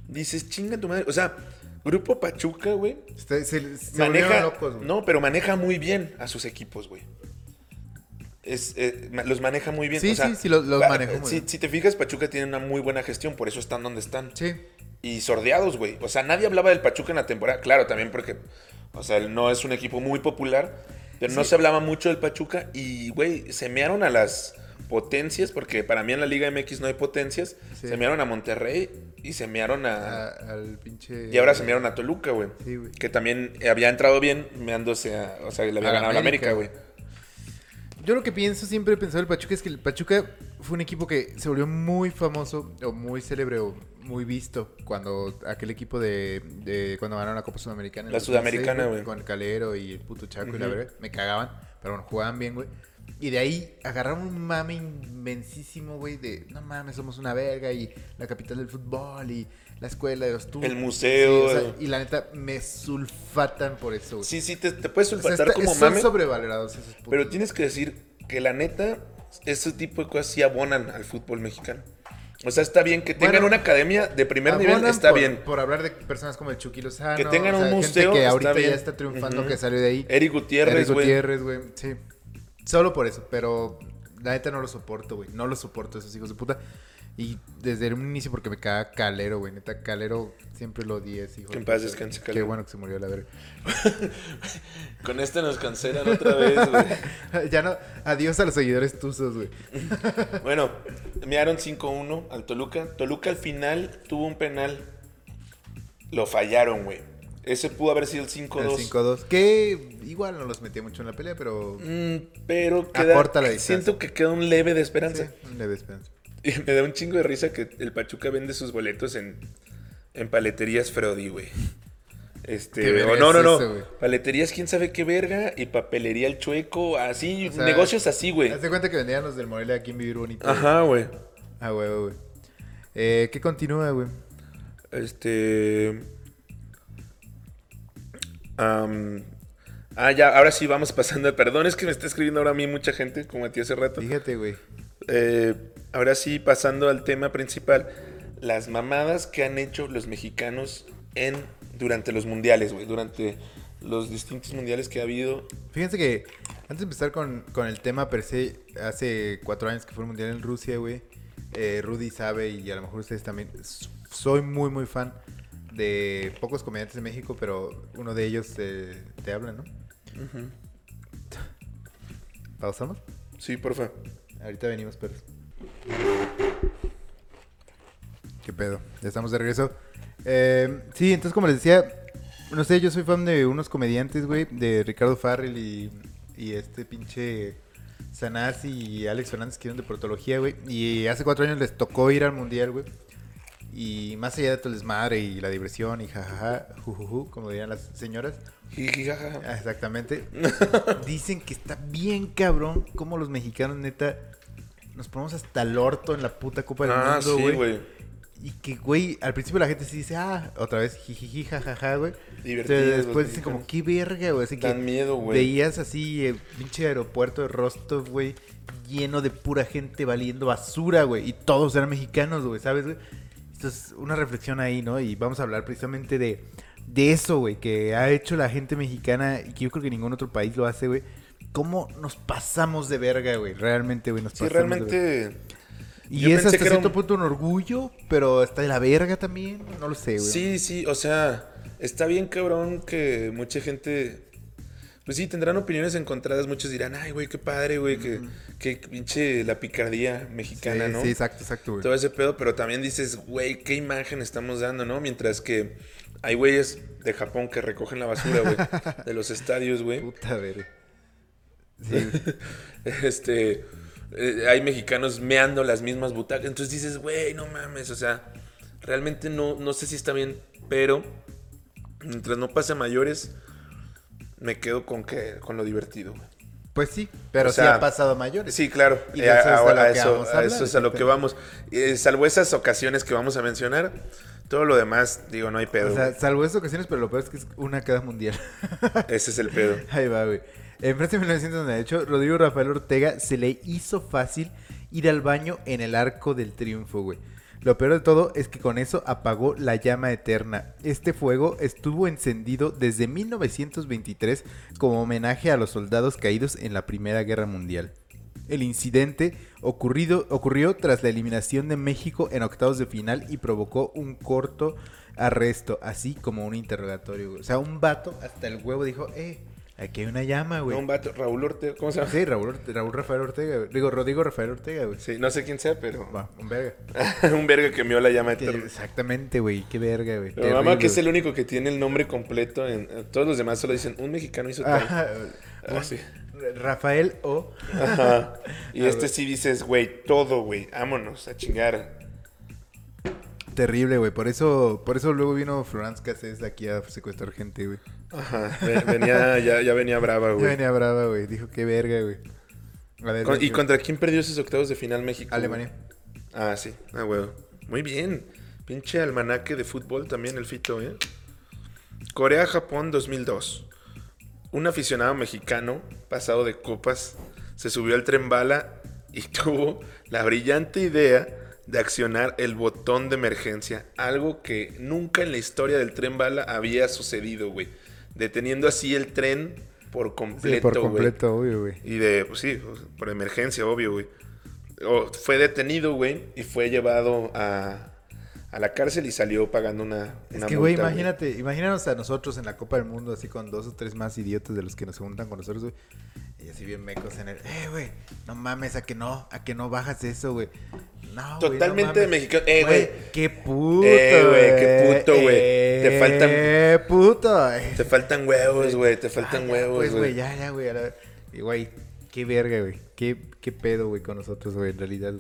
Dices, chinga tu madre. O sea, Grupo Pachuca, güey.
Este- se, se
Maneja.
volvieron locos, güey.
no, pero maneja muy bien a sus equipos, güey. Es, eh, ma- los maneja muy bien.
Sí,
o sea,
sí, sí, los- los
va-
manejó muy
si,
bien.
si te fijas, Pachuca tiene una muy buena gestión, por eso están donde están
Sí,
y sordeados, güey. O sea, nadie hablaba del Pachuca en la temporada. Claro, también porque, o sea, no es un equipo muy popular, pero no se hablaba mucho del Pachuca y, güey, semearon a las potencias, porque para mí en la Liga MX no hay potencias.
Sí.
Semearon a Monterrey y semearon a...
a- al pinche...
Y ahora semearon a Toluca, güey.
Sí, güey.
que también había entrado bien meándose a... O sea, le había
A la
ganado a la América, güey.
América. Yo lo que pienso, siempre he pensado del Pachuca, es que el Pachuca fue un equipo que se volvió muy famoso, o muy célebre, o muy visto, cuando aquel equipo de, de- cuando ganaron la Copa Sudamericana. en
La
el 2006,
Sudamericana, güey.
Con el Calero y el puto Chaco y la
Ujú.
verdad, me cagaban, pero bueno, jugaban bien, güey. Y de ahí agarraron un mame inmensísimo, güey, de no mames, somos una verga, y la capital del fútbol, y la escuela de los tubos.
El museo,
Sí, o sea,
el-
y la neta, me sulfatan por eso, güey.
Sí, sí, te, te puedes
O sea,
soltar
está-
como
son
mame.
sobrevalorados esos putos.
Pero tienes que decir que la neta, ese tipo de cosas sí abonan al fútbol mexicano. O sea, está bien que tengan
Bueno,
una academia de primer nivel,
Abonan
está
por,
bien.
por hablar de personas como el Chucky Lozano.
Que tengan un museo,
Gente que
está
ahorita
bien.
ya está triunfando,
Ujú.
que salió de ahí.
Eric Gutiérrez,
Eric
güey.
Gutiérrez, güey. Sí. Solo por eso, pero la neta no lo soporto, güey. No lo soporto, esos hijos de puta. Y desde un inicio, porque me caga Calero, güey. Neta, Calero siempre lo odié, ese hijo.
Que en
de
paz
puta.
descanse,
Qué
Calero.
bueno que se murió, la verga.
Con este nos cancelan otra vez, güey.
ya no. Adiós a los seguidores tuzos, güey.
Bueno, mearon 5-1 al Toluca. Toluca al final tuvo un penal. Lo fallaron, güey. Ese pudo haber sido el
El
5-2.
5-2. Que igual no los metía mucho en la pelea, pero.
Mm, pero queda,
Acorta la distancia.
siento que queda un leve de
Sí,
esperanza.
le doy esperanza.
Y me da un chingo de risa que el Pachuca vende sus boletos en, en paleterías Frodi, güey.
Qué
Este,
verga
o no, no,
es
no.
eso, güey.
paleterías, quién sabe qué verga, y papelería el chueco, así,
O sea,
negocios así, güey.
Haz de cuenta que vendían los del Morelia aquí en Vivir Bonito. güey.
Ajá, güey.
Ah, huevo, güey. Eh, ¿Qué continúa, güey?
Este. am, ah, ya, ahora sí vamos pasando. Perdón, es que me está escribiendo ahora a mí mucha gente, como a ti hace rato.
Fíjate, güey.
Eh, ahora sí, pasando al tema principal, las mamadas que han hecho los mexicanos en durante los mundiales, güey, durante los distintos mundiales que ha habido.
Fíjense que antes de empezar con, con el tema per se, hace cuatro años que fue el Mundial en Rusia, güey. eh, Rudy sabe y a lo mejor ustedes también. s- Soy muy, muy fan de pocos comediantes de México, pero uno de ellos eh, te habla, ¿no? ¿Pausamos?
Sí, porfa.
Ahorita venimos, perros. ¿Qué pedo? Ya estamos de regreso. Eh, sí, entonces como les decía, no sé, yo soy fan de unos comediantes, güey, de Ricardo Farrell y, y este pinche Sanasi y Alex Fernández que eran de protología, güey. Y hace cuatro años les tocó ir al mundial, güey. Y más allá de todo el desmadre y la diversión y jajaja, jujuju, como dirían las señoras,
Jijijaja.
Ah, Exactamente. Dicen que está bien cabrón cómo los mexicanos, neta, nos ponemos hasta el orto en la puta Copa del
Ah,
Mundo,
sí,
güey.
güey.
y que, güey, al principio la gente sí dice, ah, otra vez, jijiji, jajaja, güey.
Divertidos
Pero
los
después dicen como,
mexicanos.
qué verga, güey. Así que
Dan miedo, güey.
Veías así el pinche aeropuerto de Rostov, güey, lleno de pura gente valiendo basura, güey. Y todos eran mexicanos, güey, ¿sabes, güey? Esto es una reflexión ahí, ¿no? Y vamos a hablar precisamente de, de eso, güey, que ha hecho la gente mexicana y que yo creo que ningún otro país lo hace, güey. ¿Cómo nos pasamos de verga, güey? Realmente, güey, nos
Sí,
pasamos de verga.
realmente. yo
Y es
pensé
hasta
que era
cierto
un-
punto un orgullo, pero está de la verga también. No lo sé, güey.
Sí, sí, o sea, está bien cabrón que mucha gente. Pues sí, tendrán opiniones encontradas. Muchos dirán, ay, güey, qué padre, güey, que, que pinche la picardía mexicana,
sí,
¿no?
sí, exacto, exacto, güey.
todo ese pedo, pero también dices, güey, qué imagen estamos dando, ¿no? Mientras que hay güeyes de Japón que recogen la basura, güey, de los estadios, güey.
Puta verga. Sí,
Este, eh, hay mexicanos meando las mismas butacas. Entonces dices, güey, no mames, o sea, realmente no, no sé si está bien, pero mientras no pase a mayores, me quedo con que con lo divertido, güey.
pues sí, pero
O sea,
sí ha pasado a mayores.
Sí, claro.
Y
Eh,
de eso es a
ahora
lo
a
que
eso,
vamos a
a
hablar,
eso es a lo que vamos. Eh, salvo esas ocasiones que vamos a mencionar, todo lo demás, digo, no hay pedo.
O sea,
güey.
salvo esas ocasiones, pero lo peor es que es una cada mundial.
Ese es el pedo.
Ahí va, güey. En Francia 1998, Rodrigo Rafael Ortega se le hizo fácil ir al baño en el arco del triunfo, güey. Lo peor de todo es que con eso apagó la llama eterna. Este fuego estuvo encendido desde 1923 como homenaje a los soldados caídos en la Primera Guerra Mundial. El incidente ocurrido, ocurrió tras la eliminación de México en octavos de final y provocó un corto arresto, así como un interrogatorio. güey. O sea, un vato hasta el huevo dijo, eh, aquí hay una llama,
No,
güey.
un vato, Raúl Ortega, ¿cómo se llama?
sí, Raúl, Orte- Raúl Rafael Ortega, güey. digo, Rodrigo Rafael Ortega, güey.
Sí, no sé quién sea, pero
Va, un verga.
un verga que mió la llama
Que-
eterna.
exactamente, güey, qué verga, güey.
Pero mamá
Terrible,
que es el
güey.
único que tiene el nombre completo. En, eh, todos los demás solo dicen, un mexicano hizo tal.
Ajá,
Ah, sí.
Rafael O.
Ajá. Y
A
este
ver.
sí dices, güey, todo, güey, vámonos a chingar.
Terrible, güey. Por eso, por eso luego vino Florence Cassés aquí a secuestrar gente, güey.
Ajá, ve- venía, ya, ya venía brava,
Ya
güey.
venía brava, güey. Dijo, qué verga, güey. A ver,
Con- ¿Y
güey.
contra quién perdió sus octavos de final México? güey?
Alemania.
Ah, sí. Ah, huevo. Muy bien. Pinche almanaque de fútbol también el fito, ¿eh? Corea-Japón 2002. Un aficionado mexicano, pasado de copas, se subió al tren bala y tuvo la brillante idea de accionar el botón de emergencia. Algo que nunca en la historia del tren bala había sucedido, güey. Deteniendo así el tren por completo,
Sí, por
güey.
completo, obvio, güey.
Y de, pues sí, o sea, por emergencia, obvio, güey. O- fue detenido, güey, y fue llevado a, a la cárcel y salió pagando una.
Es
una
que, güey,
multa,
imagínate, imagínanos a nosotros en la Copa del Mundo, así con dos o tres más idiotas de los que nos juntan con nosotros, güey. Y así bien mecos en el, eh, güey, no mames, a que no, a que no bajas eso, güey. No, güey,
Totalmente
no mames.
mexicano. Eh, güey.
Qué puto.
Eh, güey, qué puto, güey. Te faltan-
Eh, puto. eh.
Te faltan huevos, güey, te
Ah,
faltan
ya,
huevos,
Pues,
güey.
güey, ya, ya, güey. a la- Y, güey, qué verga, güey. Qué, qué pedo, güey, con nosotros, güey, en realidad.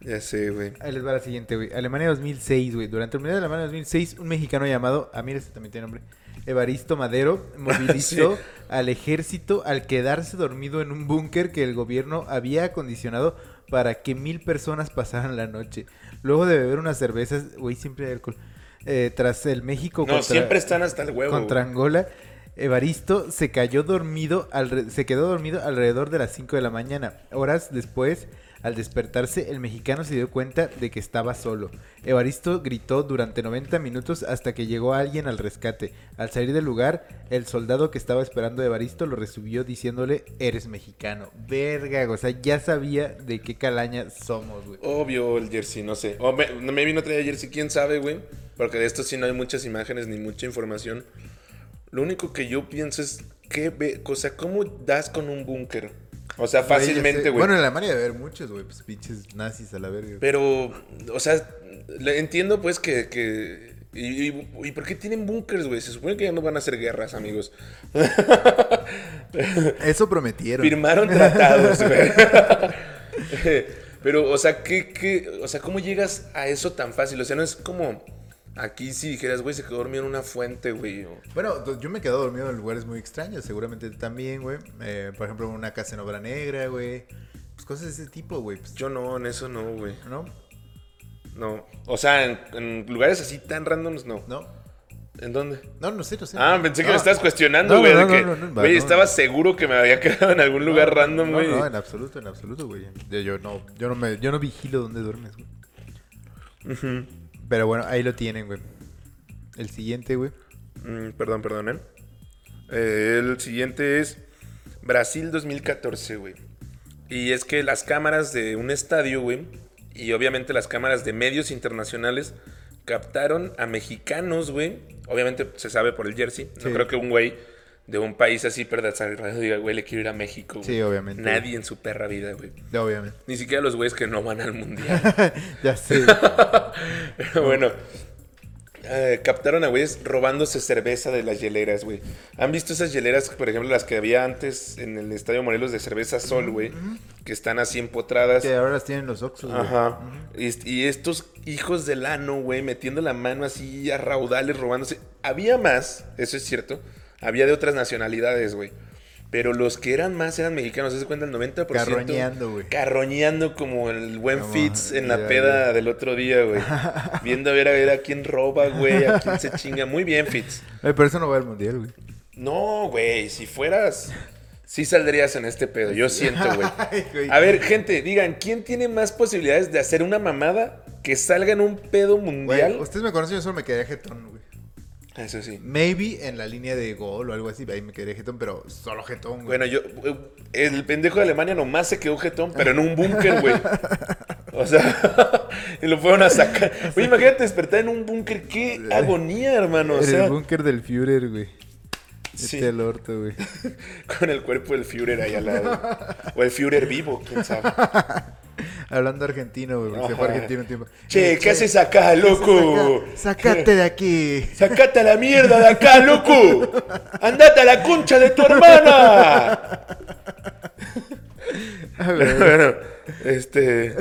ya sé, güey.
Ahí les va la siguiente, güey. Alemania 2006, güey. Durante el Mundial de Alemania 2006, un mexicano llamado, ah, mira, este también tiene nombre, Evaristo Madero, movilizó
Sí.
al ejército al quedarse dormido en un búnker que el gobierno había acondicionado para que mil personas pasaran la noche. Luego de beber unas cervezas, güey, siempre hay alcohol. eh, tras el México
No,
contra-
siempre están hasta el huevo.
contra
güey.
Angola, Evaristo se cayó dormido, alre- se quedó dormido alrededor de las 5 de la mañana. Horas después, al despertarse, el mexicano se dio cuenta de que estaba solo. Evaristo gritó durante 90 minutos hasta que llegó alguien al rescate. Al salir del lugar, el soldado que estaba esperando a Evaristo lo recibió diciéndole, eres mexicano. Verga, o sea, ya sabía de qué calaña somos, güey.
Obvio el jersey, no sé. O me, maybe no traía jersey, quién sabe, güey. Porque de esto sí no hay muchas imágenes ni mucha información. Lo único que yo pienso es, ¿qué ve? O sea, ¿cómo das con un búnker? O sea, fácilmente, güey.
Bueno, en Alemania debe haber muchos, güey, pues pinches nazis a la verga.
Pero, o sea, le- entiendo pues que... que- y, y- y por qué tienen búnkers, güey? Se supone que ya no van a hacer guerras, amigos.
Eso prometieron.
Firmaron tratados, güey. Pero, o sea, ¿qué, qué, o sea, ¿cómo llegas a eso tan fácil? O sea, no es como aquí si dijeras, güey, se quedó dormido en una fuente, güey. o-
Bueno, do- yo me he quedado dormido en lugares muy extraños, seguramente tú también, güey. Eh, por ejemplo, en una casa en obra negra, güey. Pues cosas de ese tipo, güey. Pues,
Yo no, en eso no, güey.
¿No?
No. O sea, en, en lugares así tan randoms, no.
¿No?
¿En dónde?
No, no sé, no sé.
Ah, pensé que
No.
me estabas cuestionando,
No,
güey.
no,
de
no,
que,
no, no, no,
güey,
no.
estaba seguro que me había quedado en algún lugar
No,
random,
no,
güey.
No, en absoluto, en absoluto, güey. Yo, yo no, yo no me, yo no vigilo dónde duermes, güey. Pero bueno, ahí lo tienen, güey. El siguiente, güey.
Mm, perdón, perdón, ¿eh? Eh, El siguiente es Brasil 2014, güey. Y es que las cámaras de un estadio, güey, y obviamente las cámaras de medios internacionales captaron a mexicanos, güey. Obviamente se sabe por el jersey.
Sí.
No creo que un güey de un país así perdazario diga, güey, le quiero ir a México. güey.
Sí, obviamente.
Nadie en su perra vida, güey.
Obviamente.
Ni siquiera los güeyes que no van al mundial.
ya sé.
Pero bueno. eh, captaron a güeyes robándose cerveza de las hieleras, güey. ¿Han visto esas hieleras, por ejemplo, las que había antes en el Estadio Morelos de cerveza Sol, güey? Que están así empotradas.
que ahora las tienen los Oxxos, güey.
Ajá. Y, y estos hijos del ano, güey, metiendo la mano así a raudales, robándose. Había más, eso es cierto. Había de otras nacionalidades, güey. Pero los que eran más eran mexicanos, ¿se das cuenta? El 90%.
Carroñeando, güey.
Carroñeando como el buen
No,
Fitz en la
ya,
peda
güey.
del otro día, güey. Viendo a ver, a ver a quién roba, güey, a quién se chinga. Muy bien, Fitz.
Ay, Pero eso no va al mundial, güey.
No, güey, si fueras, sí saldrías en este pedo, yo siento,
Ay,
güey.
güey.
A ver, gente, digan, ¿quién tiene más posibilidades de hacer una mamada que salga en un pedo mundial? Ah,
Güey, Ustedes me conocen, yo solo me quedaría jetón, güey.
Eso
Mm.
sí.
Maybe en la línea de gol o algo así, ahí me quedaría jetón, pero solo jetón, güey.
Bueno, yo, el pendejo de Alemania nomás se quedó jetón, pero en un búnker, güey. O sea, y lo fueron a sacar. Oye, imagínate despertar en un búnker, qué agonía, hermano. O
en
sea,
el búnker del Führer, güey.
Sí.
Este el orto, güey.
con el cuerpo del Führer ahí al lado. O el Führer vivo, quién sabe.
Hablando argentino, güey. porque Se fue
Ajá.
argentino un tiempo.
Che,
Eh,
¿qué haces acá, loco?
saca- sacate de aquí.
¡Sacate a la mierda de acá, loco! ¡Andate a la concha de tu hermana!
A
Pero
ver,
bueno, este.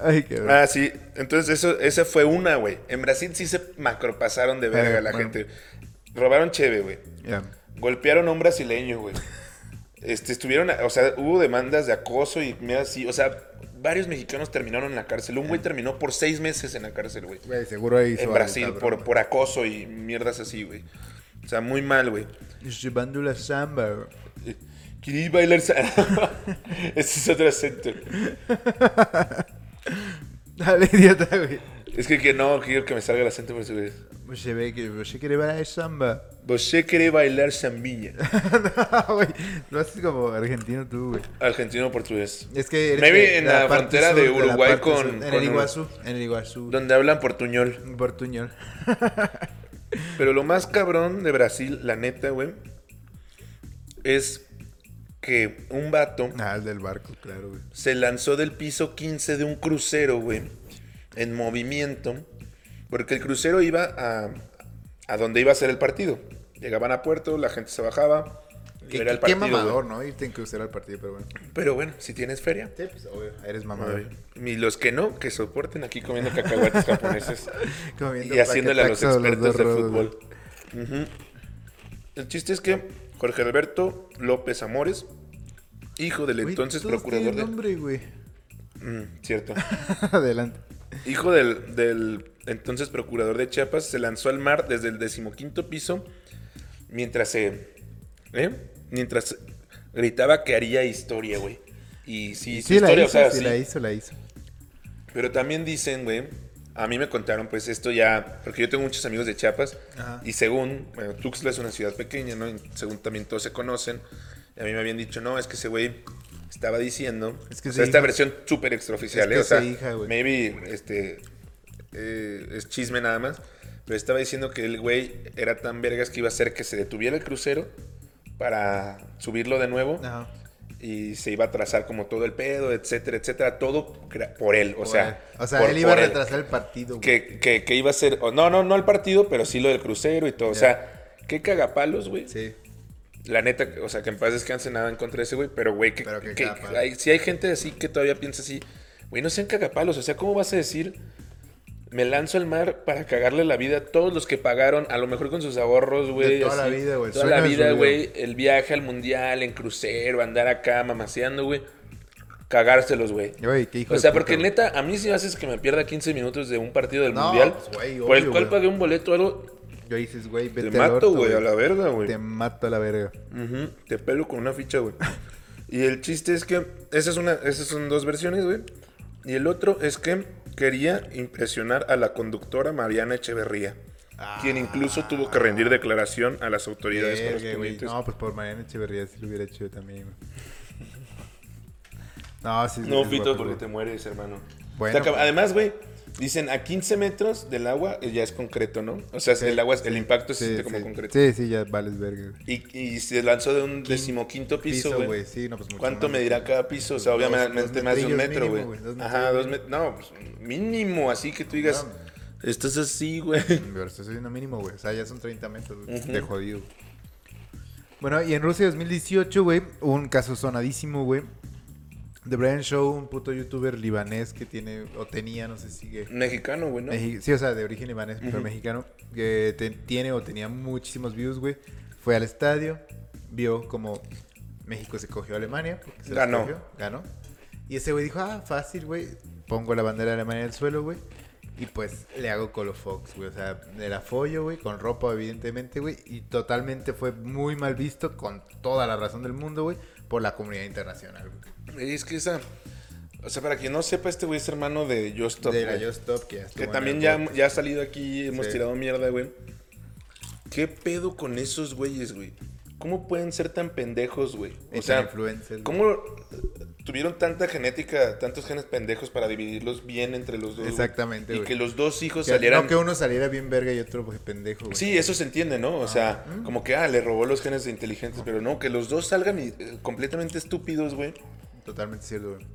Ay, qué ver-
Ah, sí. Entonces, eso, esa fue una, güey. En Brasil sí se macropasaron de verga la
Eh, bueno.
gente. Robaron cheve, güey.
Ya.
Golpearon a un brasileño, güey. Este, estuvieron, o sea, hubo demandas de acoso y mira, sí, o sea, varios mexicanos terminaron en la cárcel. Un
Eh.
güey terminó por seis meses en la cárcel, güey.
Güey, seguro ahí hizo
En
algo,
Brasil,
cabrón,
por, por acoso y mierdas así, güey. O sea, muy mal, güey.
güey. Llevando la samba, güey.
Querí bailar. sa- Ese es otro acento.
Dale, idiota, güey.
Es que, que no, quiero que me salga el acento portugués.
Oye, ve que yo quiero bailar samba.
Vos querés bailar sambilla.
no, güey. Lo haces como argentino tú, güey.
Argentino o portugués.
Es que.
Maybe
de- de
en la
parte
frontera de
la
Uruguay
parte
con-
sur. En
con-
el Iguazú. En el Iguazú.
Donde hablan portuñol.
En Portuñol.
Pero lo más cabrón de Brasil, la neta, güey, es que un vato
Ah, el del barco, claro, güey.
se lanzó del piso 15 de un crucero, güey, en movimiento, porque el crucero iba a, a donde iba a ser el partido. Llegaban a puerto, la gente se bajaba.
Qué,
era el
qué- qué
partido, güey.
mamador, ¿no? Irte en cruzar al partido, pero bueno.
Pero bueno, si tienes feria.
Sí, pues obvio. Eres
Ay,
mamador.
Y los que no, que soporten aquí comiendo cacahuates japoneses
Comiendo
y haciéndole a los
paquetaxo
expertos
dos
de
rodos,
fútbol. Ujú. El chiste es que Jorge Alberto López Amores, hijo del
güey.
entonces
Güey, todos
procurador de...
tienen nombre, güey.
Mm, cierto.
Adelante.
Hijo del, del entonces procurador de Chiapas, se lanzó al mar desde el decimoquinto piso mientras se... ¿eh? Mientras gritaba que haría historia, güey. Y sí, hizo
Sí, la
historia,
hizo,
o sea,
sí,
sí.
la hizo, la hizo.
Pero también dicen, güey, a mí me contaron, pues esto ya, porque yo tengo muchos amigos de Chiapas
Ajá.
y según, bueno, Tuxtla es una ciudad pequeña, ¿no? Y según también todos se conocen, y a mí me habían dicho, no, es que ese güey estaba diciendo,
Es que
o
se
sea, esta
hija-
versión súper extraoficial,
es que
¿eh? O sea,
se hija, güey.
maybe, este, eh, es chisme nada más, pero estaba diciendo que el güey era tan vergas que iba a hacer que se detuviera el crucero para subirlo de nuevo
Ajá.
y se iba a trazar como todo el pedo, etcétera, etcétera, todo crea- por él, o sea,
o sea,
por-
él iba a
por
retrasar el partido, güey.
Que, que- que iba a ser, o no, no, no el partido, pero sí lo del crucero y todo, o
Ya.
sea, qué cagapalos, güey.
Sí.
La neta, o sea, que en paz descanse nada en contra de ese güey, pero güey, que,
Pero qué
que-
cagapalo.
hay- si hay gente así que todavía piensa así, güey, no sean cagapalos, o sea, ¿cómo vas a decir? Me lanzo al mar para cagarle la vida a todos los que pagaron, a lo mejor con sus ahorros, güey.
toda la
así,
vida, güey, el
Toda la
sueño de su
vida,
vida.
güey. El viaje al mundial, en crucero, andar acá mamaseando, güey. Cagárselos, güey.
Güey, qué hijo
O
de
sea,
puta,
porque
güey.
neta, a mí sí me haces que me pierda 15 minutos de un partido del
No,
mundial.
pues, güey,
por el
obvio,
cual
güey.
pagué un boleto o algo.
Yo dices, güey, vete
Te
al orto,
mato, güey, a la verga, güey.
Te mato a la verga.
Ujú, Te pelo con una ficha, güey. Y el chiste es que esas, una, esas son dos versiones, güey. Y el otro es que quería impresionar a la conductora Mariana Echeverría,
Ah.
quien incluso tuvo que rendir declaración a las autoridades
Verga, güey.
correspondientes.
No, pues por Mariana Echeverría sí lo hubiera hecho yo también, güey. No, sí.
No,
es
Fito,
guapo, pues,
porque
güey.
te mueres, hermano.
Bueno,
Está cab-
pues.
Además, güey, Dicen a 15 metros del agua eh, ya es concreto, ¿no? O sea, el agua, el impacto se siente como
sí,
concreto.
sí, sí, ya vales verga. güey.
Y, y se lanzó de un decimoquinto piso, güey.
Sí, no, pues mucho
¿Cuánto
más.
medirá cada piso? O sea,
Dos-
obviamente
dos
más de un
metrillos
metro,
mínimo, güey, dos
güey. Ajá, dos metros. No, pues mínimo, así que tú digas, esto es así, güey.
Pero estoy subiendo mínimo, güey. O sea, ya son 30 metros güey, de jodido. Bueno, y en Rusia 2018, güey, hubo un caso sonadísimo, güey. De Brian Shaw, un puto youtuber libanés que tiene, o tenía, no sé si sigue.
Mexicano, güey, ¿no?
Mexi- Sí, o sea, de origen libanés, pero mexicano. Que te- tiene o tenía muchísimos views, güey. Fue al estadio, vio como México se cogió a Alemania. porque se las
Ganó.
cogió, ganó. Y ese güey dijo, ah, fácil, güey. Pongo la bandera de Alemania en el suelo, güey. Y pues le hago colofox, güey. O sea, el afollo, güey, con ropa, evidentemente, güey. Y totalmente fue muy mal visto, con toda la razón del mundo, güey, por la comunidad internacional, güey.
Y Es que esa. O sea, para quien no sepa, este güey es hermano de Just Stop,
De la
güey.
Just Stop, que, ya estuvo
Que
en el
también ya,
podcast.
ya ha salido aquí, hemos
Sí.
tirado mierda, güey. ¿Qué pedo con esos güeyes, güey? ¿Cómo pueden ser tan pendejos, güey?
Y
O
tan
sea,
influencers, güey.
¿cómo tuvieron tanta genética, tantos genes pendejos para dividirlos bien entre los dos? güey?
Exactamente,
Y
güey.
que los dos hijos
Que-
salieran.
No que uno saliera bien verga y otro pues, pendejo, güey.
Sí, eso se entiende, ¿no? O sea, como que, ah, le robó los genes de inteligentes, pero no, que los dos salgan y, eh, completamente estúpidos, güey.
Totalmente cierto, güey.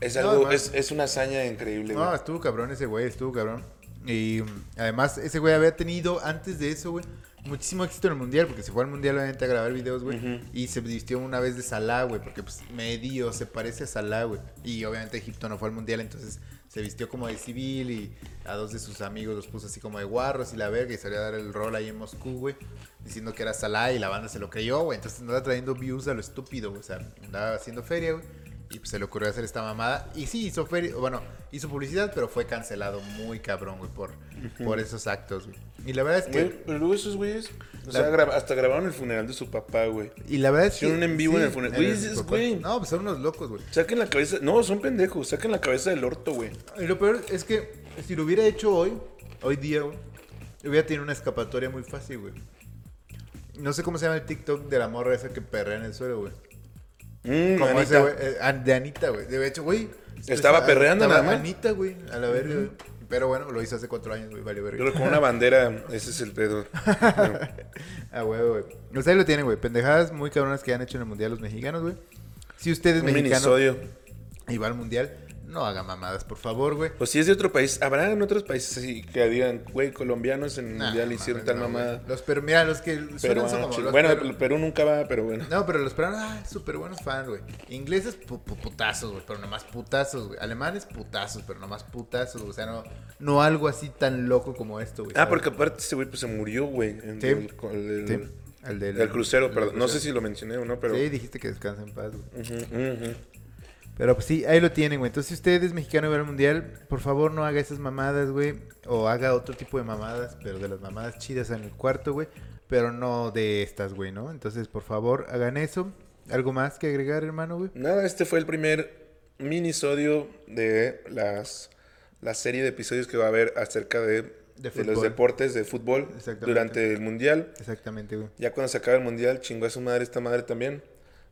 Es
No,
algo,
además-
es, es una hazaña increíble, güey.
No, estuvo cabrón ese güey, estuvo cabrón. Y mm, además, ese güey había tenido antes de eso, güey, muchísimo éxito en el mundial, porque se fue al mundial obviamente a grabar videos, güey. Y se vistió una vez de Salah, güey, porque pues medio se parece a Salah, güey. Y obviamente Egipto no fue al mundial, entonces se vistió como de civil y a dos de sus amigos los puso así como de guarros y la verga y salió a dar el rol ahí en Moscú, güey, diciendo que era Salah y la banda se lo creyó, güey. Entonces andaba trayendo views a lo estúpido, güey. O sea, andaba haciendo feria, güey. Y pues se le ocurrió hacer esta mamada. Y sí, hizo feri- bueno, hizo publicidad, pero fue cancelado muy cabrón, güey, por, por esos actos, güey. Y la verdad es que.
Güey, pero luego esos güeyes, o
La-
sea, gra- hasta grabaron el funeral de su papá, güey.
Y la verdad es que.
Hicieron un en vivo en el funeral. Güey,
en
dices,
papá.
güey.
No, pues son unos locos, güey.
Saquen la cabeza, no, son pendejos, saquen la cabeza del orto, güey.
Y lo peor es que si lo hubiera hecho hoy, hoy día, güey, hubiera tenido una escapatoria muy fácil, güey. No sé cómo se llama el TikTok de la morra esa que perrea en el suelo, güey.
Mm,
Como
manita.
ese, güey, eh, an- de Anita, güey. De hecho, güey.
Estaba
pues,
perreando
estaba
nada más.
Anita, güey, a la verga, güey. Pero bueno, lo hizo hace cuatro años, güey, valió verga.
Pero con una bandera, ese es el pedo.
Ah, güey, güey. Ustedes lo tienen, güey. Pendejadas muy cabronas que han hecho en el mundial los mexicanos, güey. Si usted es
Un
mexicano
minisodio.
y va al mundial, no haga mamadas, por favor, güey.
Pues si es de otro país, habrá en otros países así que digan, güey, colombianos en el
Nah,
mundial hicieron
mames,
tal
no, güey.
mamada.
Los pero mira, los que suelen
Pero, ah,
son como los
bueno,
peru-
el Perú nunca va, pero bueno.
No, pero los peruanos, ah, súper buenos fans, güey. Ingleses, pu- pu- putazos, güey, pero nomás putazos, güey. Alemanes, putazos, pero nomás putazos, güey. O sea, no, no algo así tan loco como esto, güey.
Ah,
¿sabes?
porque aparte ese güey pues se murió, güey. en
Sí.
El, con el-
Sí, el del-
el crucero,
el
perdón. No sé
crucero.
si lo mencioné o no, pero...
Sí, dijiste que descansa en paz, güey.
Ujú, ujú.
Pero pues sí, ahí lo tienen, güey. Entonces, si usted es mexicano y va al mundial, por favor no haga esas mamadas, güey. O haga otro tipo de mamadas, pero de las mamadas chidas en el cuarto, güey. Pero no de estas, güey, ¿no? Entonces, por favor, hagan eso. ¿Algo más que agregar, hermano, güey?
Nada, este fue el primer minisodio de las, la serie de episodios que va a haber acerca de, de los
fútbol.
deportes de fútbol
Exactamente.
durante el Mundial.
Exactamente, güey.
Ya cuando se acabe el Mundial, chingó a su madre esta madre también.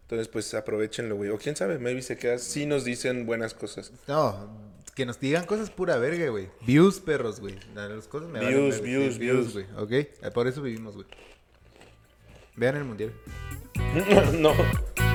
Entonces, pues aprovechenlo, güey. O quién sabe, maybe se queda. Si nos dicen buenas cosas.
No, que nos digan cosas pura verga, güey. Views, perros, güey. La- Las cosas me valen
Views,
verga.
views, views.
güey. ¿Ok? Eh, Por eso vivimos, güey. Vean el mundial.
no.